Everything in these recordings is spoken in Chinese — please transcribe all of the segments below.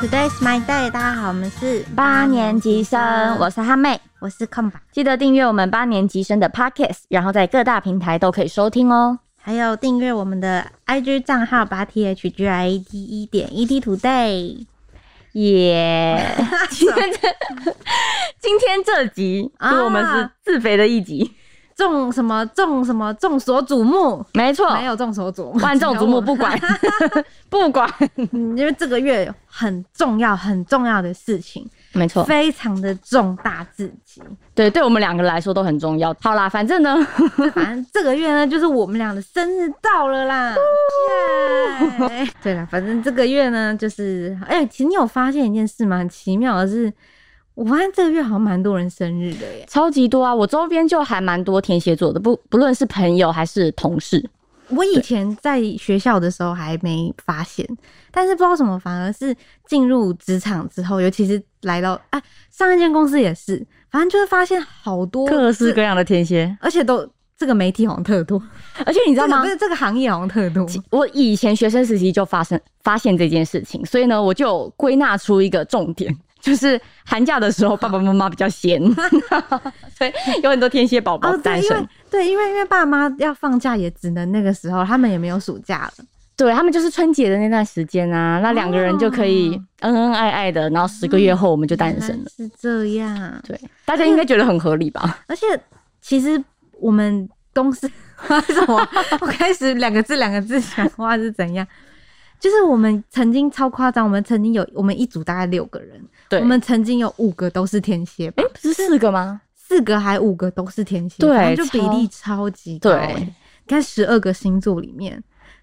Today's my day，大家好，我们是八年级生，我是哈妹，我是空吧，记得订阅我们八年级生的 Podcast，然后在各大平台都可以收听哦。还有订阅我们的 IG 账号八 t h g i a d 一点 e t today。耶、今天这 今天这集啊对我们是自肥的一集，众什么众什么众所瞩目，没错，没有众所瞩目，万众瞩目，不管 不管，嗯，因为这个月有很重要很重要的事情，没错，非常的重大至极。对，对我们两个来说都很重要。好啦，反正呢，反正这个月呢，就是我们俩的生日到了啦。耶对啦，反正这个月呢，就是哎、其实你有发现一件事吗？很奇妙的是，我发现这个月好像蛮多人生日的耶。超级多啊，我周边就还蛮多天蝎座的，不不论是朋友还是同事，我以前在学校的时候还没发现，但是不知道为什么，反而是进入职场之后，尤其是来到哎、上一间公司也是，反正就是发现好多各式各，样的天蝎。而且都这个媒体好像特多，而且你你知道吗不？是这个行业好像特多，我以前学生时期就发生发现这件事情，所以呢，我就归纳出一个重点， 就是寒假的时候爸爸妈妈比较闲， 所以有很多天蝎宝宝哦，对，诞因生。为对，因为因为爸妈要放假，也只能那个时候，他们也没有暑假了。对他们就是春节的那段时间啊，那两个人就可哦以恩恩爱爱的，然后十个月后我们就诞生原了来。是这样，对，大家应该觉得很合理吧？而且其实我们公司 为什 么我开始两个字两个字讲话是怎样？就是我们曾经超夸张，我们曾经有我们一组大概六个人，对，我们曾经有五个都是天蝎吧，哎、不是四个吗？四个还五个都是天蝎，对反正就比例超级高、对欸。你看十二个星座里面，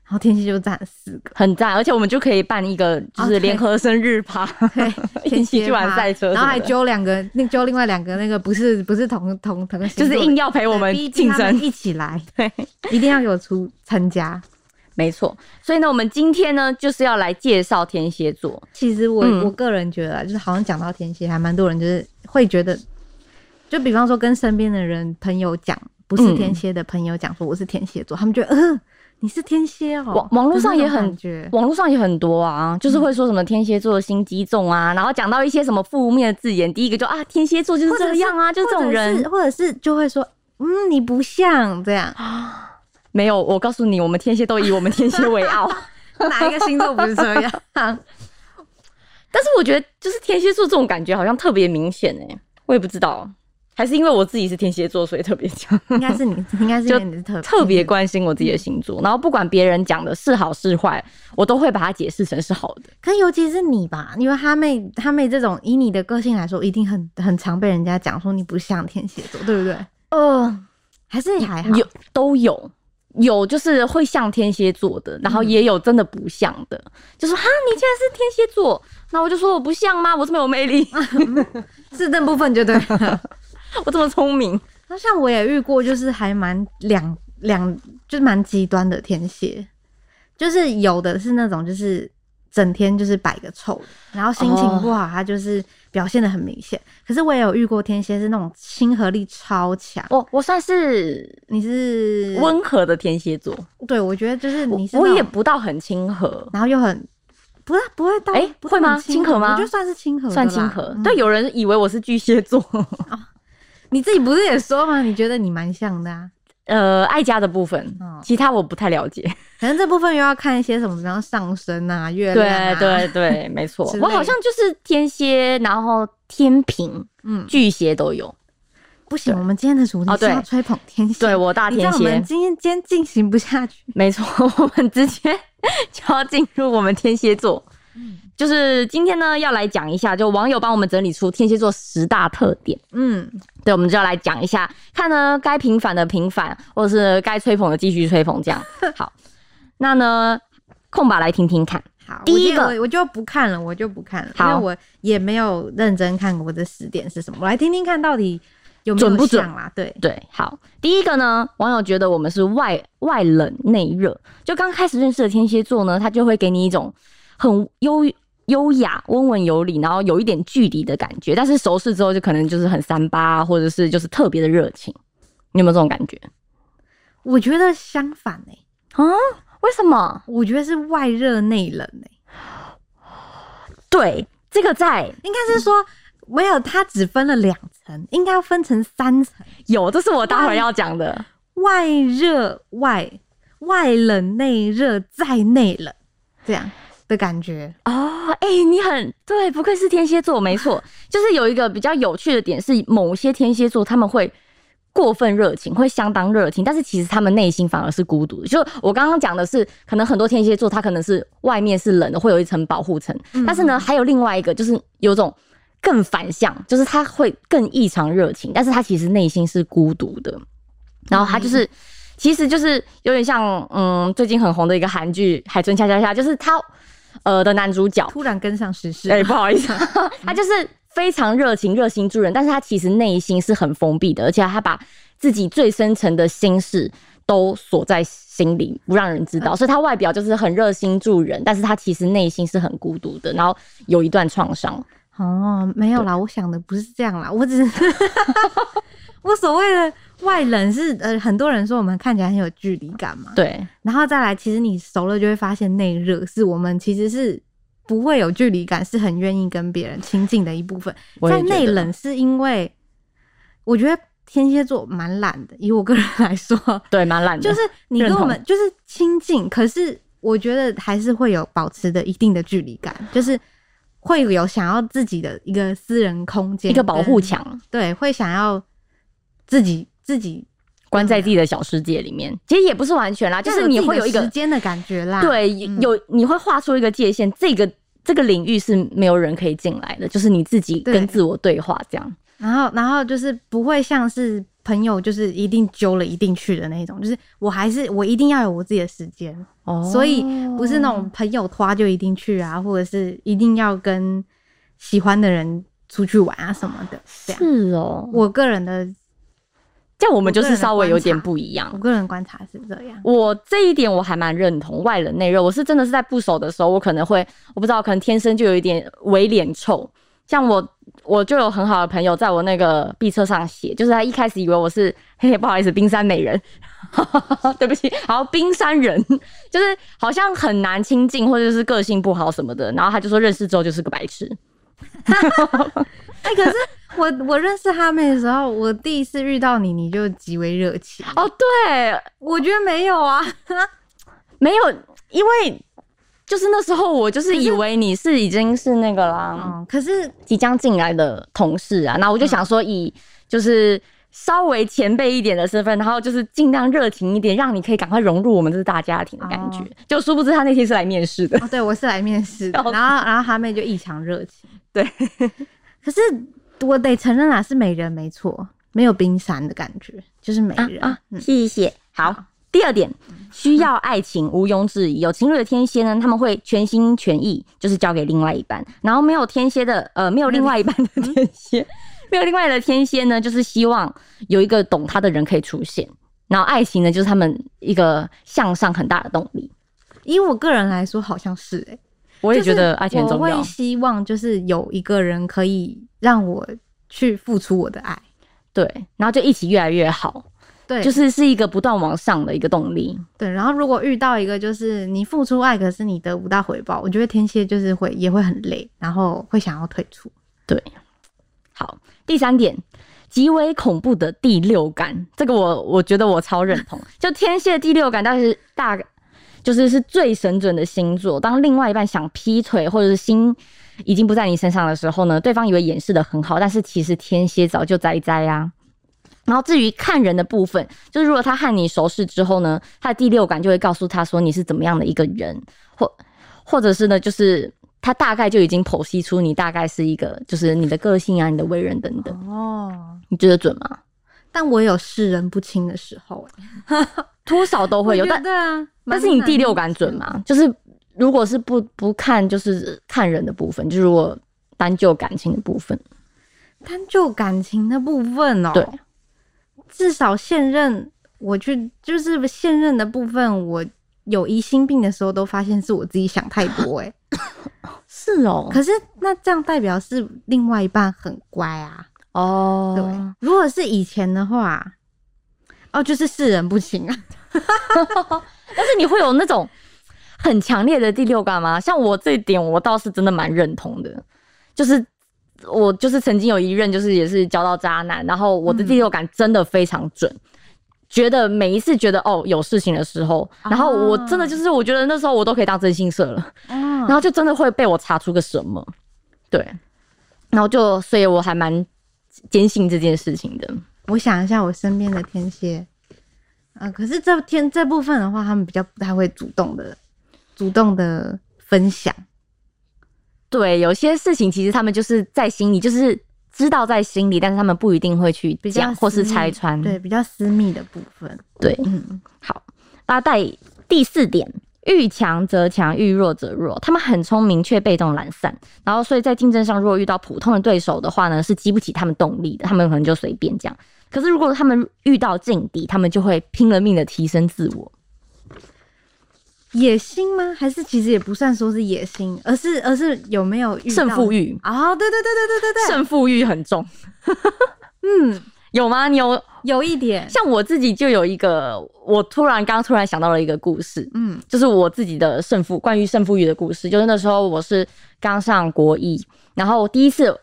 然后天蝎就占四个。很赞，而且我们就可以办一个就哦是对联合生日趴，对， 一起去玩天蝎趴赛车然后还什么的揪两个，那揪另外两个那个不是不是同同同个星就座的，是硬要陪我们对逼竞他们争。一起来，对，一定要有出参加。没错，所以呢，我们今天呢就是要来介绍天蝎座。其实我、嗯我个人觉得啊，就是好像讲到天蝎，还蛮多人就是会觉得，就比方说跟身边的人朋友讲，不是嗯天蝎的朋友讲说我是天蝎座，他们觉得嗯、呃你是天蝎哦，网网络上也很有那种感觉。网络上也很多嗯啊，就是会说什么天蝎座心机重啊，然后讲到一些什么负面的字眼，第一个就啊天蝎座就是这样啊，就是这种人。或者是，或者是就会说，嗯，你不像这 样，没有，我告诉你，我们天蝎都以我们天蝎为 傲。哪一个星座不是这样？但是我觉得就是天蝎座这种感觉好像特别明显哎、我也不知道，还是因为我自己是天蝎座，所以特 别讲，应该是 你，应该是因就为你是特特别关心我自己的星座，然后不管别人讲的是好是坏，我都会把它解释成是好的。可是尤其是你吧，因为哈妹哈妹这种以你的个性来说，一定很很常被人家讲说你不像天蝎座，对不对？呃，还是你还好？有都有，有就是会像天蝎座的，然后嗯也有真的不像的，就说哈，你竟然是天蝎座，那我就说我不像吗？我这么有 魅力，是这部分就对 了。我这么聪明，那像我也遇过，就是还蛮两两，就是蛮极端的天蝎，就是有的是那种就是整天就是摆个臭脸，然后心情哦不好，他就是表现的很明显。可是我也有遇过天蝎是那种亲和力超强，我我算是你是呃温和的天蝎座，对，我觉得就是我你是我那也种不到很亲和。然后又很不是不会到哎不到会吗很亲和吗我觉得算是亲和的啦，算亲和，嗯但有人以为我是巨 蟹座。你自己不是也说吗？你觉得你蛮像的啊。呃，爱家的部分哦，其他我不太了 解。可能这部分又要看一些什么，比方上升啊、月亮啊，对对对，没错之，类我好像就是天蝎，然后天平、嗯，巨蟹都有。不行，我们今天的主题哦是对要吹捧天蝎，对我大你知天道我蝎们，今天今天进行不下去，没错， 我们直接就要进入我们天蝎座。就是今天呢，要来讲一下，就网友帮我们整理出天蝎座十大特点。嗯，对，我们就要来讲一下，看呢该平反的平反，或者是该吹捧的继续吹捧，这样。好，那呢，空吧来听听看。好，第我一个就我我就不看了，我就不看了，因好为我也没有认真看我的十点是什么，我来听听看到底有没有准不准像啦，对，对，好，第一个呢，网友觉得我们是外外冷内热，就刚开始认识的天蝎座呢，他就会给你一种很优优雅、温文有礼，然后有一点距离的感觉，但是熟识之后就可能就是很三八，或者是就是特别的热情，你有没有这种感觉我觉得相反哎、啊？为什么？欸我觉得是外热内冷哎、对，这个在应该是说没有，它只分了两层，应该要分成三层：有，这是我待会儿要讲的。外热外外冷内热再内冷，这样的感觉。哦，哎、你很对，不愧是天蝎座，没错，就是有一个比较有趣的点是，某些天蝎座他们会过分热情，会相当热情，但是其实他们内心反而是孤独的。就我刚刚讲的是，可能很多天蝎座他可能是外面是冷的，会有一层保护层，但是呢，还有另外一个就是有种。更反向，就是他会更异常热情，但是他其实内心是孤独的。然后他就是，其实就是有点像，嗯，最近很红的一个韩剧《海豚恰恰恰》，就是他，呃的男主角，突然跟上时事，哎、不好意思， 他就是非常热情、热心助人，但是他其实内心是很封闭的，而且他把自己最深层的心事都锁在心里，不让人知嗯道。所以他外表就是很热心助人，但是他其实内心是很孤独的，然后有一段创伤。哦，没有啦，我想的不是这样啦，我只是我所谓的外冷是呃，很多人说我们看起来很有距离感嘛，对，然后再来，其实你熟了就会发现内热是我们其实是不会有距离感，是很愿意跟别人亲近的一部分。我也在觉得内冷是因为我觉得天蝎座蛮懒的，以我个人来说，对，蛮懒的，就是你跟认同我们就是亲近，可是我觉得还是会有保持的一定的距离感，就是会有想要自己的一个私人空间，一个保护，墙，对，会想要自己自己，关在自己的小世界里面。其实也不是完全啦，就是你会有一嗯自己的时个间的感觉啦，，对，有你会画出一个界限，这个这个领域是没有人可以进来的，就是你自己对跟自我对话这样。然后然后就是不会像是。朋友就是一定揪了一定去的那种，就是我还是我一定要有我自己的时间，哦所以不是那种朋友花就一定去啊，或者是一定要跟喜欢的人出去玩啊什么的。这样，是哦，我个人的这样我们就我个是人的稍微有点观察不一样我。个人观察是这样。我这一点我还蛮认同，外冷内热。我是真的是在不熟的时候，我可能会，我不知道，可能天生就有一点伪脸臭。像我，我就有很好的朋友，在我那个 B 车上写，就是他一开始以为我是，嘿嘿，不好意思，冰山美人， 对不起，好，冰山人，就是好像很难亲近，或者是个性不好什么的。然后他就说，认识之后就是个白痴。 哎、可 是我我认识哈妹的时候，我第一次遇到你，你就极为热情。哦，对，我觉得没有 啊，没有，因为就是那时候我就是以为你是已经是那个啦，嗯，可是即将进来的同事啊，那我就想说以就是稍微前辈一点的身份，然后就是尽量热情一点，让你可以赶快融入我们这个大家庭的感觉。哦就殊不知他那天是来面试的，哦，对我是来面试的，笑死然后然后哈妹就异常热情。对， 可是我得承认啊，是美人没错，没有冰山的感觉，就是美人。嗯啊谢谢。好，第二点，需要爱情，毋庸置疑。有情侣的天蝎呢，他们会全心全意，就是交给另外一半。然后没有天蝎的，呃，没有另外一半的天蝎， 没有另外的天蝎呢，就是希望有一个懂他的人可以出现。然后爱情呢，就是他们一个向上很大的动力。以我个人来说，好像是哎、我我也觉得爱情很重我要会。希望就是有一个人可以让我去付出我的爱，对，然后就一起越来越好，对，就是是是一个不断往上的一个动力。对。然后如果遇到一个就是你付出爱，可是你得不到回报，我觉得天蝎就是会也会很累，然后会想要退出。好，第三点，极为恐怖的第六感，这个我我觉得我超认同。就天蝎的第六感，但是大就是是最神准的星座。当另外一半想劈腿，或者是心已经不在你身上的时候呢，对方以为掩饰的很好，但是其实天蝎早就栽栽啊。然后至于看人的部分，就是如果他和你熟识之后呢，他的第六感就会告诉他说你是怎么样的一个人，或或者是呢，就是他大概就已经剖析出你大概是一个，就是你的个性啊、你的为人等等，哦，你觉得准吗？但我有世人不清的时候、欸，多少都会有，但对啊，但是你第六感准蛮难的？吗？就是如果是不不看，就是呃看人的部分，就是如果单就感情的部分，单就感情的部分哦、对，至少现任我去就是现任的部分，我有疑心病的时候，都发现是我自己想太 多、欸，是哦，可是那这样代表是另外一半很乖啊。哦，对，如果是以前的话，哦，就是世人不清啊。但是你会有那种很强烈的第六感吗？像我这一点，我倒是真的蛮认同的，就是。我就是曾经有一任，就是也是交到渣男，然后我的第六感真的非常准，觉得每一次觉得哦有事情的时候，然后我真啊的就是我觉得那时候我都可以当真心社了，嗯然后就真的会被我查出个什么，对，然后就所以我还蛮坚信这件事情的，我想一下我身边的天蝎，啊、可是这天这部分的话，他们比较不太会主动的主动的分享，对，有些事情其实他们就是在心里，就是知道在心里，但是他们不一定会去比较讲或是私密拆穿。对，比较私密的部分。对，嗯，好，那带第四点，遇强则强，遇弱则弱。他们很聪明，却被动懒散，然后所以在竞争上，如果遇到普通的对手的话呢，是激不起他们动力的，他们可能就随便这样。可是如果他们遇到劲敌，他们就会拼了命的提升自我。野心吗？还是其实也不算说是野心，而是而是有没有遇到胜负欲，哦，对对对对对对对，胜负欲 很重，嗯，有吗？你有？有一点，像我自己就有一个，我突然刚突然想到了一个故事，嗯就是我自己的胜负，关于胜负欲的故事。就是那时候我是刚上国一，然后我第一次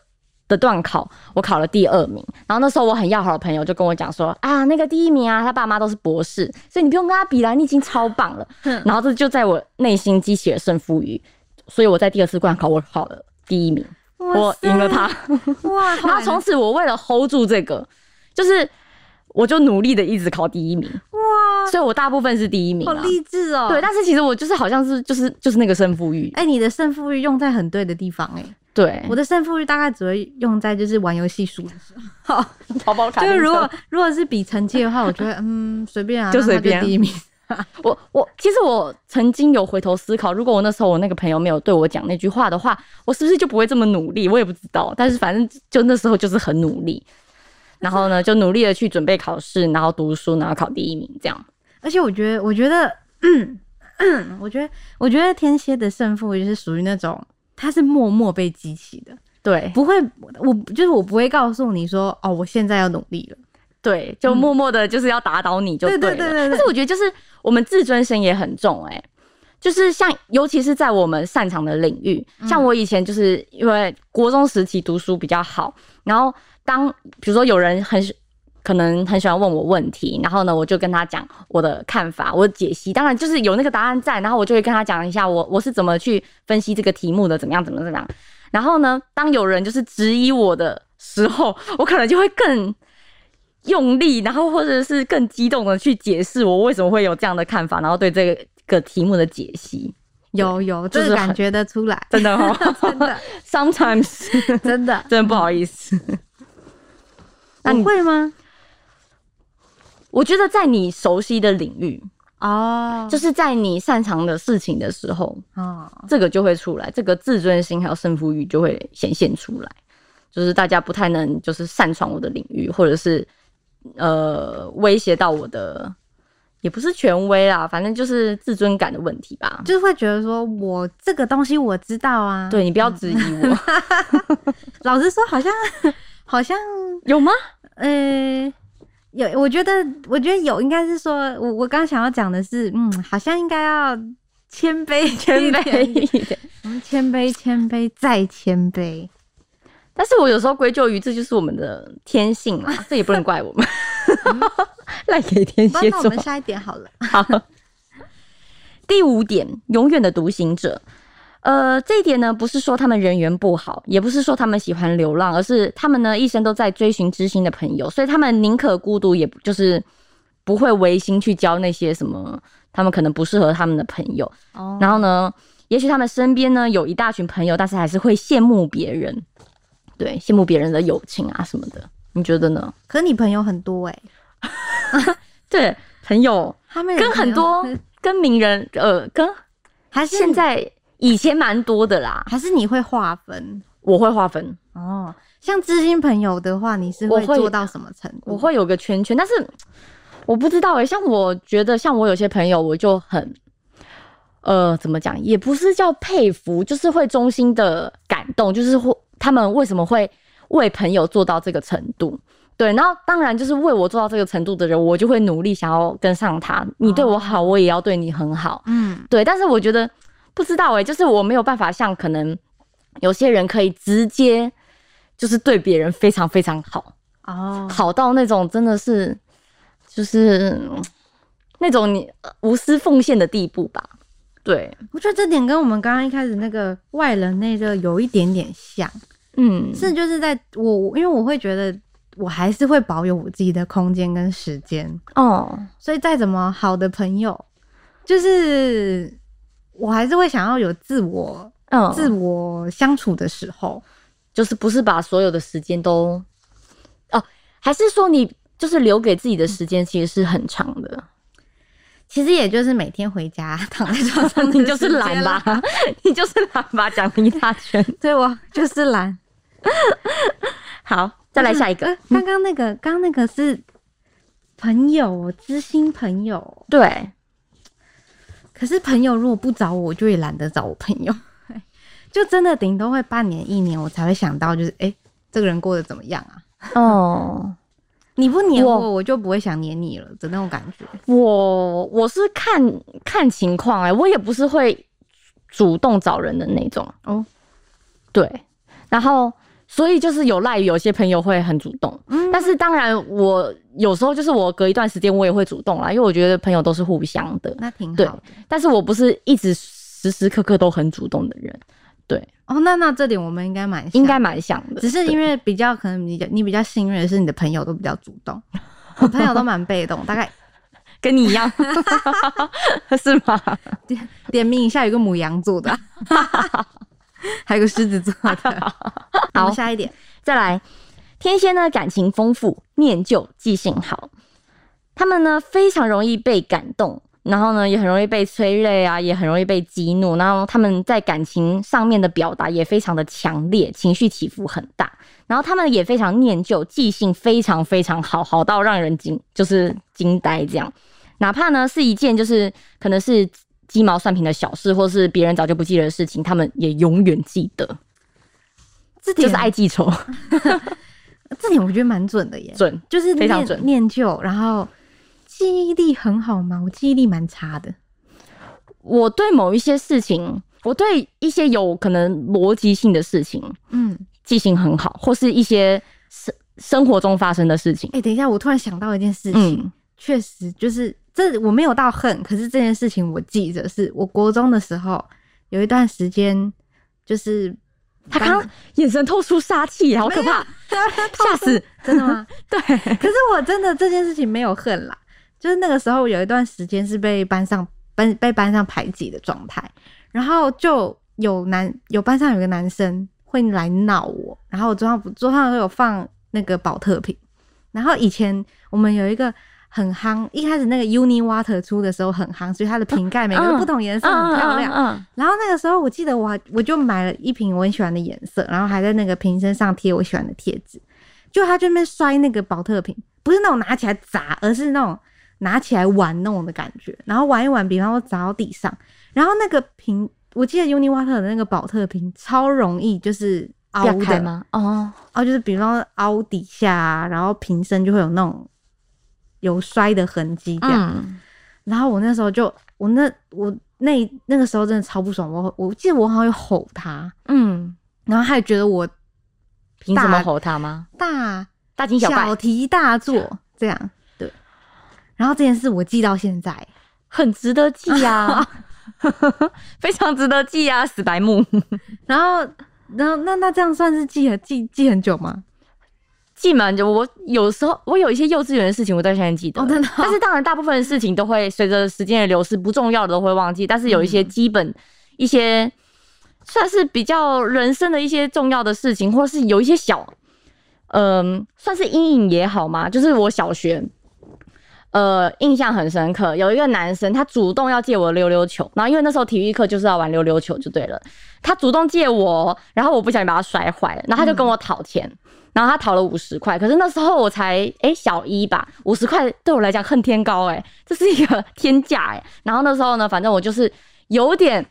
的段考，我考了第二名。然后那时候我很要好的朋友就跟我讲说啊，那个第一名啊，他爸妈都是博士，所以你不用跟他比啦，你已经超棒了。哼然后这就在我内心激起了胜负欲，所以我在第二次段考我考了第一名，我哇塞赢了他。哇，然后从此我为了 hold 住这个，就是我就努力的一直考第一名，哇，所以我大部分是第一名、好啊。励志哦，对，但是其实我就是好像是就是就是那个胜负欲，哎、你的胜负欲用在很对的地方哎、对，我的胜负欲大概只会用在就是玩游戏输的时候，淘宝卡就就是是如如果果如果是比成绩的话，我觉得嗯随便啊，就那他随便第一名，我我其实我曾经有回头思考，如果我那时候我那个朋友没有对我讲那句话的话，我是不是就不会这么努力？我也不知道，但是反正就那时候就是很努力，然后呢就努力的去准备考试，然后读书，然后考第一名这样。而且我觉得我觉得，我觉得我觉得天蝎的胜负欲是属于那种他是默默被激起的，对不会我就是我不会告诉你说哦我现在要努力了，对，就默默的就是要打倒你就嗯对对了。对对对但是我觉得就是我们自尊心也很重哎、就是像尤其是在我们擅长的领域，嗯像我以前就是因为国中时期读书比较好，然后当比如说有人很喜可能很喜欢问我问题，然后呢我就跟他讲我的看法，我的解析，当然就是有那个答案在，然后我就会跟他讲一下我我是怎么去分析这个题目的，怎么样怎么样怎么样。然后呢，当有人就是质疑我的时候，我可能就会更用力，然后或者是更激动的去解释我为什么会有这样的看法，然后对这个这个题目的解析，有有就这是个感很觉得出来，真的哦真的 ，sometimes 真的，真的不好意思。那你你会吗？我觉得在你熟悉的领域，哦，就是在你擅长的事情的时候，哦，这个就会出来，这个自尊心还有胜负欲就会显现出来。就是大家不太能就是擅闯我的领域，或者是呃威胁到我的，也不是权威啦，反正就是自尊感的问题吧。就是会觉得说我这个东西我知道啊，对你不要质疑我，老实说，好像 好像有吗？呃，有，我觉得我觉得有，应该是说我我刚想要讲的是，嗯，好像应该要谦卑一谦点， 卑一点。我们谦卑，谦卑再谦卑。但是我有时候归咎于这就是我们的天性 啦，这也不能怪我们，赖给天不蝎然那我座们。下一点好了，好，第五点，永远的独行者。呃，这一点呢，不是说他们人缘不好，也不是说他们喜欢流浪，而是他们呢一生都在追寻知心的朋友，所以他们宁可孤独，也不就是不会违心去交那些什么他们可能不适合他们的朋友。哦，然后呢，也许他们身边呢有一大群朋友，但是还是会羡慕别人，对，羡慕别人的友情啊什么的。你觉得呢？可是你朋友很多哎、对，朋友他们有跟朋很友多跟名人，呃，跟还是现在以前蛮多的啦。还是你会划分我会划分，哦。像知心朋友的话，你是我会会做到什么程度？我会有个圈圈，但是我不知道诶、欸像我觉得，像我有些朋友，我就很，呃，怎么讲，也不是叫佩服，就是会衷心的感动，就是会他们为什么会为朋友做到这个程度，对，然后当然就是为我做到这个程度的人，我就会努力想要跟上他。你对我好，我也要对你很好。嗯，对，但是我觉得不知道哎、就是我没有办法像可能有些人可以直接就是对别人非常非常好，哦，好到那种真的是就是嗯那种你呃无私奉献的地步吧。对，我觉得这点跟我们刚刚一开始那个外人那个有一点点像，嗯，是就是在我我因为我会觉得我还是会保有我自己的空间跟时间，哦，所以再怎么好的朋友，就是我还是会想要有自我、嗯，自我相处的时候。就是不是把所有的时间都哦，还是说你就是留给自己的时间其实是很长的，其实也就是每天回家躺在床上， 你就是懒吧。， 你就是懒吧，讲了一大 圈。对，我就是懒。好， 再来下一个呃。刚刚那个，刚刚那个是朋友，知心朋友。对，可是朋友如果不找我，我就也懒得找我朋友， 就真的顶多会半年一年，我才会想到就是，哎、这个人过得怎么样啊？哦，你不黏我，我我就不会想黏你了的那种感觉。我我是看看情况哎、我也不是会主动找人的那种。哦，对，然后所以就是有赖于有些朋友会很主动，嗯但是当然我有时候就是我隔一段时间我也会主动啦，因为我觉得朋友都是互相的，哦那挺对好的。但是我不是一直时时刻刻都很主动的人，哦，那那这点我们应该蛮像应该，蛮像的，只是因为比较可能你你比较幸运的是你的朋友都比较主 动，我朋友都蛮被动，大概跟你一样， 是吗？点名一下，有个母羊座 的，还有个狮子座的。好我们下一点，再来，天蝎呢感情丰富，念旧，记性好，他们呢非常容易被感动。然后呢，也很容易被催泪啊，也很容易被激怒。然后他们在感情上面的表达也非常的强烈，情绪起伏很大。然后他们也非常念旧，记性非常非常好，好到让人惊就是惊呆这样。哪怕呢是一件就是可能是鸡毛蒜皮的小事，或是别人早就不记得的事情，他们也永远记得，这就点是爱，记仇，这点我觉得蛮准的耶，准就是非常念准念旧，然后记忆力很好嘛，我记忆力蛮差的。我对某一些事情，我对一些有可能逻辑性的事情嗯，记性很好，或是一些生生活中发生的事情哎、，等一下，我突然想到一件事情，嗯，确、实就是这我没有到恨，可是这件事情我记着，是我国中的时候有一段时间，就是他刚 刚眼神透出杀气，好可怕，吓死！ 真的吗？对，可是我真的这件事情没有恨啦，就是那个时候有一段时间是被班上班被班上排挤的状态，然后就有男有班上有个男生会来闹我，然后我桌上桌上都有放那个保特瓶，然后以前我们有一个。很夯，一开始那个 Uni Water 出的时候很夯，所以它的瓶盖每个都不同颜色，很漂亮。嗯然后那个时候我记得我还我就买了一瓶我很喜欢的颜色，然后还在那个瓶身上贴我喜欢的贴纸。就他就在那边摔那个保特瓶，不是那种拿起来砸，而是那种拿起来玩弄的感觉。然后玩一玩，比方说砸到地上，然后那个瓶，我记得 Uni Water 的那个保特瓶超容易就是凹要开的，吗？哦，哦，就是比方说凹底下、啊，然后瓶身就会有那种有摔的痕迹这样。嗯，然后我那时候就，我那我那那个时候真的超不爽，我我记得我好像有吼他，嗯，然后他也觉得我凭什么吼他吗？大大惊小怪，题大 做这样，对。然后这件事我记到现在，很值得记 呀，非常值得记呀，死白目。然后然后那那这样算是记了记记很久吗？记满就我有时候我有一些幼稚园的事情，我到现在记得。哦真的 哦但是当然，大部分的事情都会随着时间的流逝，不重要的都会忘记。但是有一些基本、一些算是比较人生的一些重要的事情，或是有一些小，嗯、算是阴影也好嘛。就是我小学，呃，印象很深刻，有一个男生他主动要借我溜溜球，然后因为那时候体育课就是要玩溜溜球就对了，他主动借我，然后我不小心把他摔坏了，然后他就跟我讨钱。然后他讨了五十块，可是那时候我才哎、小一吧，五十块对我来讲恨天高哎、这是一个天价哎、然后那时候呢，反正我就是有点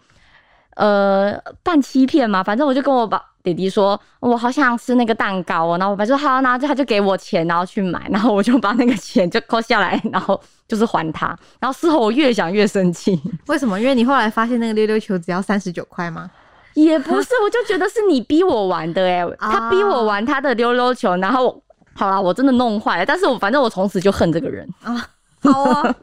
呃半欺骗嘛，反正我就跟我爸弟弟说：“我好想吃那个蛋糕哦。”然后我爸说：“好。”然后他就给我钱，然后去买。然后我就把那个钱就扣下来，然后就是还他。然后事后我越想越生气，为什么？因为你后来发现那个溜溜球只要三十九块吗？也不是，我就觉得是你逼我玩的哎、他逼我玩他的溜溜球，然后我好啦，我真的弄坏了。但是我反正我从此就恨这个人。啊，好哦，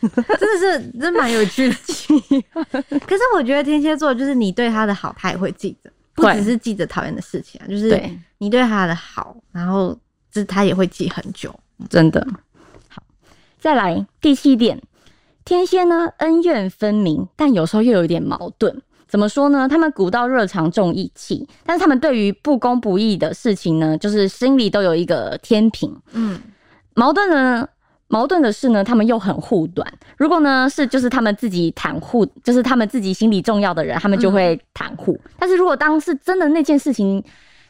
真的是真蛮有趣的。可是我觉得天蝎座就是你对他的好，他也会记着，不会只是记着讨厌的事情啊，就是对，你对他的好，然后这他也会记很久。真的。好，再来第七点，天蝎呢恩怨分明，但有时候又有一点矛盾。怎么说呢？他们古道热肠重义气，但是他们对于不公不义的事情呢，就是心里都有一个天平。嗯，矛盾呢，矛盾的是呢，他们又很护短。如果呢是就是他们自己袒护，就是他们自己心里重要的人，他们就会袒护。但是如果当是真的那件事情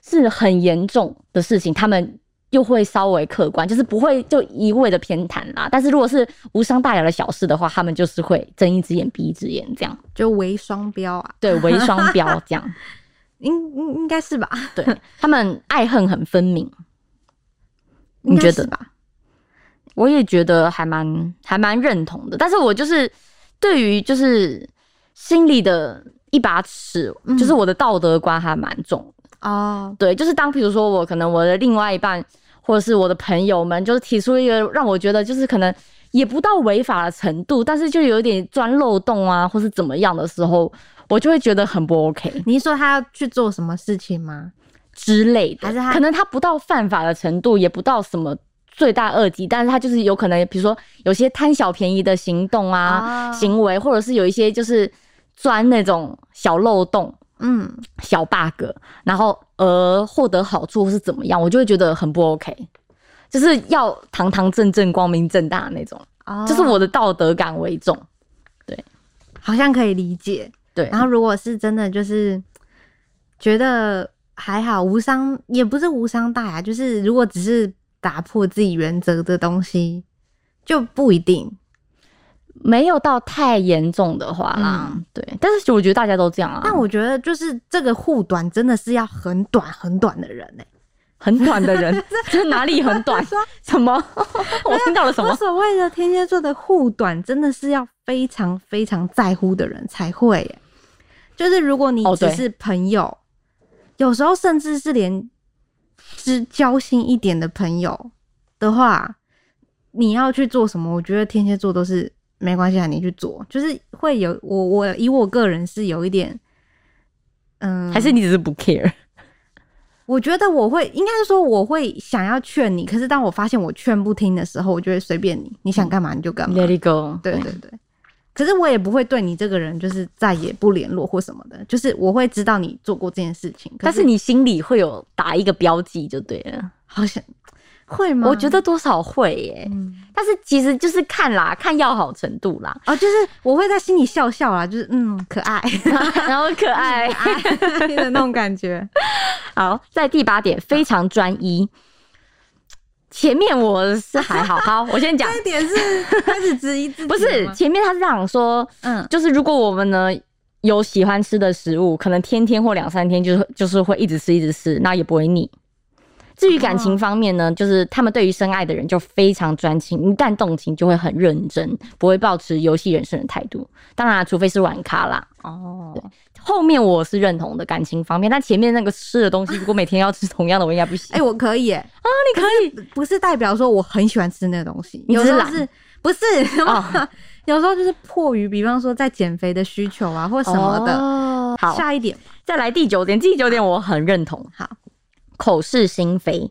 是很严重的事情，他们又会稍微客观，就是不会就一味的偏袒啦。但是如果是无伤大雅的小事的话，他们就是会睁一只眼闭一只眼这样，就为双标啊，对，为 双标这样。应应应该是吧？对他们爱恨很分明，你应该觉是得吧？我也觉得还蛮还蛮认同的，但是我就是对于就是心里的一把尺，嗯就是我的道德观还蛮重。哦，对，就是当比如说我可能我的另外一半或者是我的朋友们，就是提出一个让我觉得就是可能也不到违法的程度，但是就有点钻漏洞啊，或是怎么样的时候，我就会觉得很不 OK 你是说他要去做什么事情吗？之类的。还是他可能他不到犯法的程度，也不到什么。罪大恶极，但是他就是有可能，比如说有些贪小便宜的行动啊，啊行为，或者是有一些就是钻那种小漏洞、嗯，小 bug，然后而获得好处或是怎么样，我就会觉得很不 OK，就是要堂堂正正、光明正大那种，哦，就是我的道德感为重。好像可以理解。对，然后如果是真的就是觉得还好，无伤也不是无伤大雅，就是如果只是打破自己原则的东西，就不一定。没有到太严重的话啦，对。但是我觉得大家都这样啊，但嗯我觉得就是这个护短真的是要很短很短的人欸呢、很短的 人，就是哪里很 短？什么？我听到了什我么？所谓的天蝎座的护短，真的是要非常非常在乎的人才会、耶。就是如果你哦只对是朋友，有时候甚至是连知交心一点的朋友的话，你要去做什么？我觉得天蝎座都是没关系啊，你去做，就是会有我我以我个人是有一点，嗯，还是你只是不 care？我觉得我会，应该是说我会想要劝你，可是当我发现我劝不听的时候，我就会随便你，你想干嘛你就干嘛。 Let it go。对对对。可是我也不会对你这个人就是再也不联络或什么的，就是我会知道你做过这件事情。可但是你心里会有打一个标记就对了。好 像会吗？我觉得多少会耶、嗯，但是其实就是看啦，看要好程度啦，哦，就是我会在心里笑笑啦，就是嗯，可爱 然后可爱。的那种感 觉。 好，在第八点非常专一。前面我是还好，好，我先 讲，这一点是开始质疑自己了吗，不是前面他是讲说，嗯就是如果我们呢有喜欢吃的食物，可能天天或两三天就是就是会一直吃一直吃，那也不会腻。至于感情方面呢，就是他们对于深爱的人就非常专情，一旦动情就会很认真，不会抱持游戏人生的态度。当然啊、除非是玩咖啦。哦，后面我是认同的感情方面，但前面那个吃的东西，如果每天要吃同样的，我应该不行。哎、我可以、耶那你可以不是代表说我很喜欢吃那个东西，你有只是时候懒是不是？ 啊哦有时候就是迫于，比方说在减肥的需求啊，或什么的。哦好，下一点，再来第九点，第九点我很认同。好，口是心非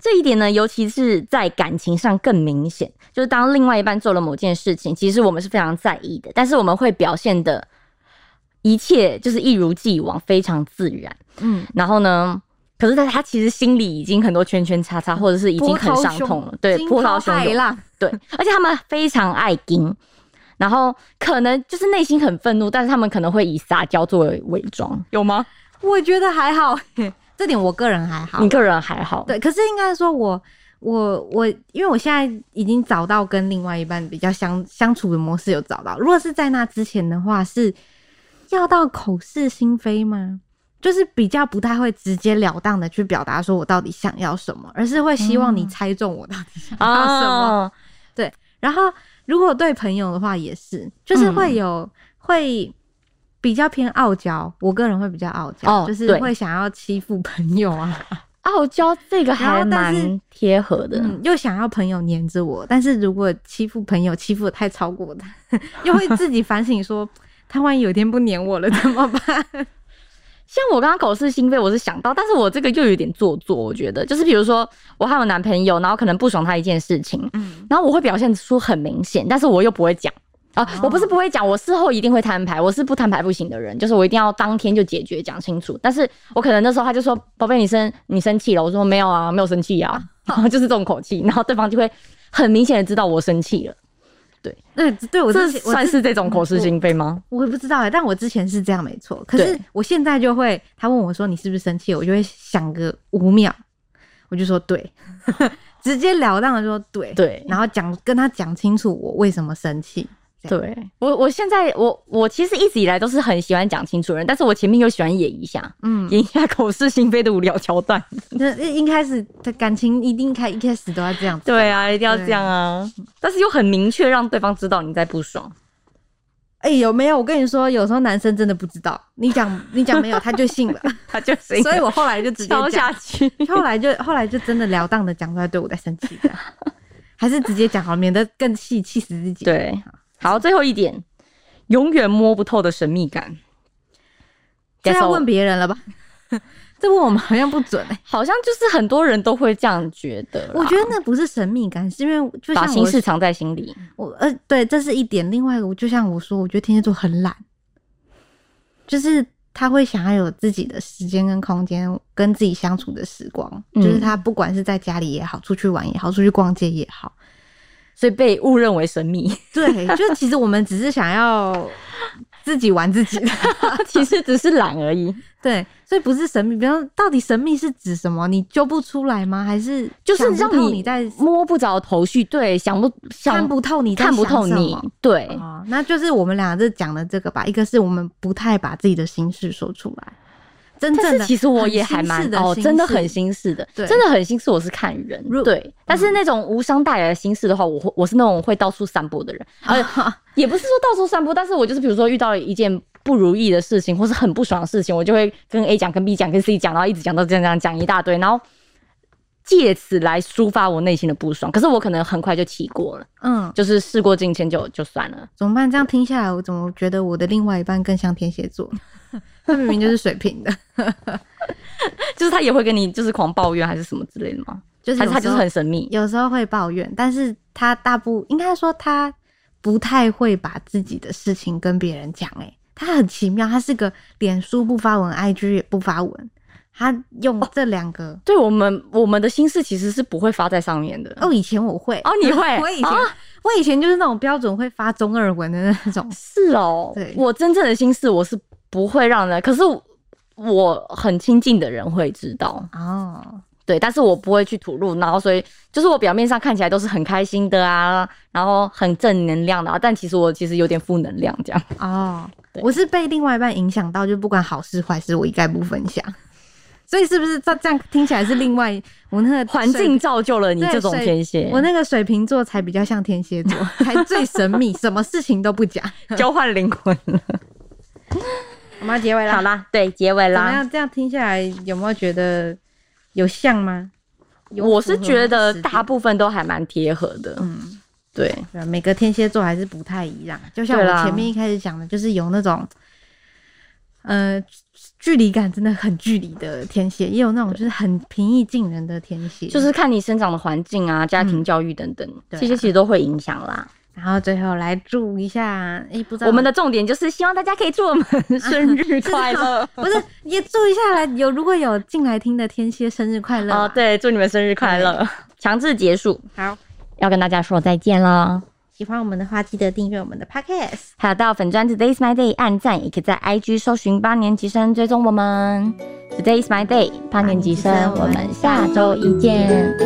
这一点呢，尤其是在感情上更明显。就是当另外一半做了某件事情，其实我们是非常在意的，但是我们会表现的一切就是一如既往，非常自然。嗯，然后呢，可是他他其实心里已经很多圈圈叉叉，或者是已经很波涛伤汹痛了，对，波涛汹涌。啦，对，而且他们非常爱盯，然后可能就是内心很愤怒，但是他们可能会以撒娇作为伪装，有吗？我觉得还好， 这点我个人还好你。个人还好，对，可是应该说我。我我，因为我现在已经找到跟另外一半比较相相处的模式，有找到。如果是在那之前的话，是要到口是心非吗？就是比较不太会直截了当的去表达说我到底想要什么，而是会希望你嗯猜中我到底想要什么。哦，然后如果对朋友的话也是，就是会有、会比较偏傲娇，我个人会比较傲娇，哦就是对会想要欺负朋友啊，傲娇这个还然后但是蛮贴合的，嗯，又想要朋友黏着我，但是如果欺负朋友欺负的太超过他， 又会自己反省说。他万一有一天不黏我了怎么办？像我刚刚口是心非，我是想到，但是我这个又有点做作，我觉得就是比如说我和我男朋友，然后可能不爽他一件事情，嗯，然后我会表现出很明显，但是我又不会讲。啊、哦我不是不会讲，我事后一定会摊牌，我是不摊牌不行的人，就是我一定要当天就解决讲清楚。但是我可能那时候他就说：“宝贝，你生你生气了？”我说：“没有啊，没有生气啊。”哦 就是这种口气，然后对方就会很明显的知道我生气了。 对对，我这之前我算之是这种口是心非吗？我也不知道哎、但我之前是这样没错。可是对我现在就会，他问我说你是不是生气，我就会想个五秒，我就说对， 直截了当的说对，对，然后讲跟他讲清楚我为什么生气。这对我，我现在我我其实一直以来都是很喜欢讲清楚的人，但是我前面又喜欢演一下，嗯，演一下口是心非的无聊桥段。那一开始的感情一定开一开始都要这样子。对啊，一定要对这样啊，但是又很明确让对方知道你在不爽。哎、有没有？我跟你说，有时候男生真的不知道，你讲你讲没有，他就 信了。他就是所以我后来就直接敲讲下，去。后来就后来就真的了当的讲出来，对我在生气的，还是直接讲好了，免得更气气死自己。对，好，最后一点，永远摸不透的神秘感。这 That's 要 all 问别人了吧？ 这问我们好像不准哎、好像就是很多人都会这样觉得啦。我觉得那不是神秘感，是因为就像把心我事藏在心里，我呃对，这是一点。另外一个，我就像我说，我觉得天蝎座很懒，就是他会想要有自己的时间跟空间，跟自己相处的时光。嗯就是他不管是在家里也好，出去玩也好，出去逛街也好，所以被误认为 神秘，对，就其实我们只是想要自己玩自己的。 其实只是懒而已。对，所以不是神秘，比方到底神秘是指什么？你揪不出来吗？还是就是想不让透你你在摸不着头绪，对，想不想看不透你在看不透想什你么，对，哦，那就是我们俩这讲的这个吧，一个是我们不太把自己的心事说出来，真但正是的其实我也还很蛮心事的哦，心真的事很心事的，对真的很心事。我是看人如，嗯对。但是那种无伤大雅的心事的话，我会我是那种会到处散播的 人，而也不是说到处散播，但是我就是比如说遇到一件不如意的事情，或是很不爽的事情，我就会跟 A 讲、跟 B 讲、跟 C 讲，然后一直讲到这样这样讲一大堆，然后借此来抒发我内心的不爽。可是我可能很快就气过了，嗯，就是事过境迁就就算了。怎么办？这样听下来，我怎么觉得我的另外一半更像天蝎座？他明明就是水瓶的，就是他也会跟你就是狂抱怨还是什么之类的吗？就是还是有他时就是候很神秘？有时候会抱怨，但是他大部应该说他不太会把自己的事情跟别人讲，哎，他很奇妙，他是个脸书不发文，IG 也不发文，他用这两个。对我们我们的心事其实是不会发在上面的。哦，以前我会哦你会 我以前、哦我以前就是那种标准会发中二文的那种，是哦对，我真正的心事我是不会让人，可是我我很亲近的人会知道， 哦，对，但是我不会去吐露，然后所以就是我表面上看起来都是很开心的啊，然后很正能量的、啊，但其实我其实有点负能量这样。哦，对我是被另外一半影响到，就不管好事坏事，我一概不分享。 所以是不是这这样听起来是另外我那个环境造就了你对这种水天蝎水，，我那个水瓶座才比较像天蝎座， 才最神秘，什么事情都不讲。交换灵魂了。我们要结尾 好啦，啦，对，结尾怎么啦。样？这样听下来有没有觉得有像吗？有我是符合觉得实际大部分都还蛮贴合的，嗯。对，对啊，每个天蝎座还是不太一样。就像对啦我前面一开始讲的，就是有那种，呃，距离感真的很距离的天蝎，也有那种就是很平易近人的天蝎。就，是看你生长的环境啊、家庭教育等等，嗯对啊这些其实都会影响啦。然后最后来祝一下，诶，不知道我们的重点就是希望大家可以祝我们生日 快乐不是也祝一下来有如果有进来听的天蝎生日快乐哦，吧，对，祝你们生日快乐！强制结束，好，要跟大家说再见啦。喜欢我们的话，记得订阅我们的 podcast。还有到粉专 Today's My Day 按赞，也可以在 IG 搜寻八年级生追踪我们。Today's My Day 八年级生，我们下周一见，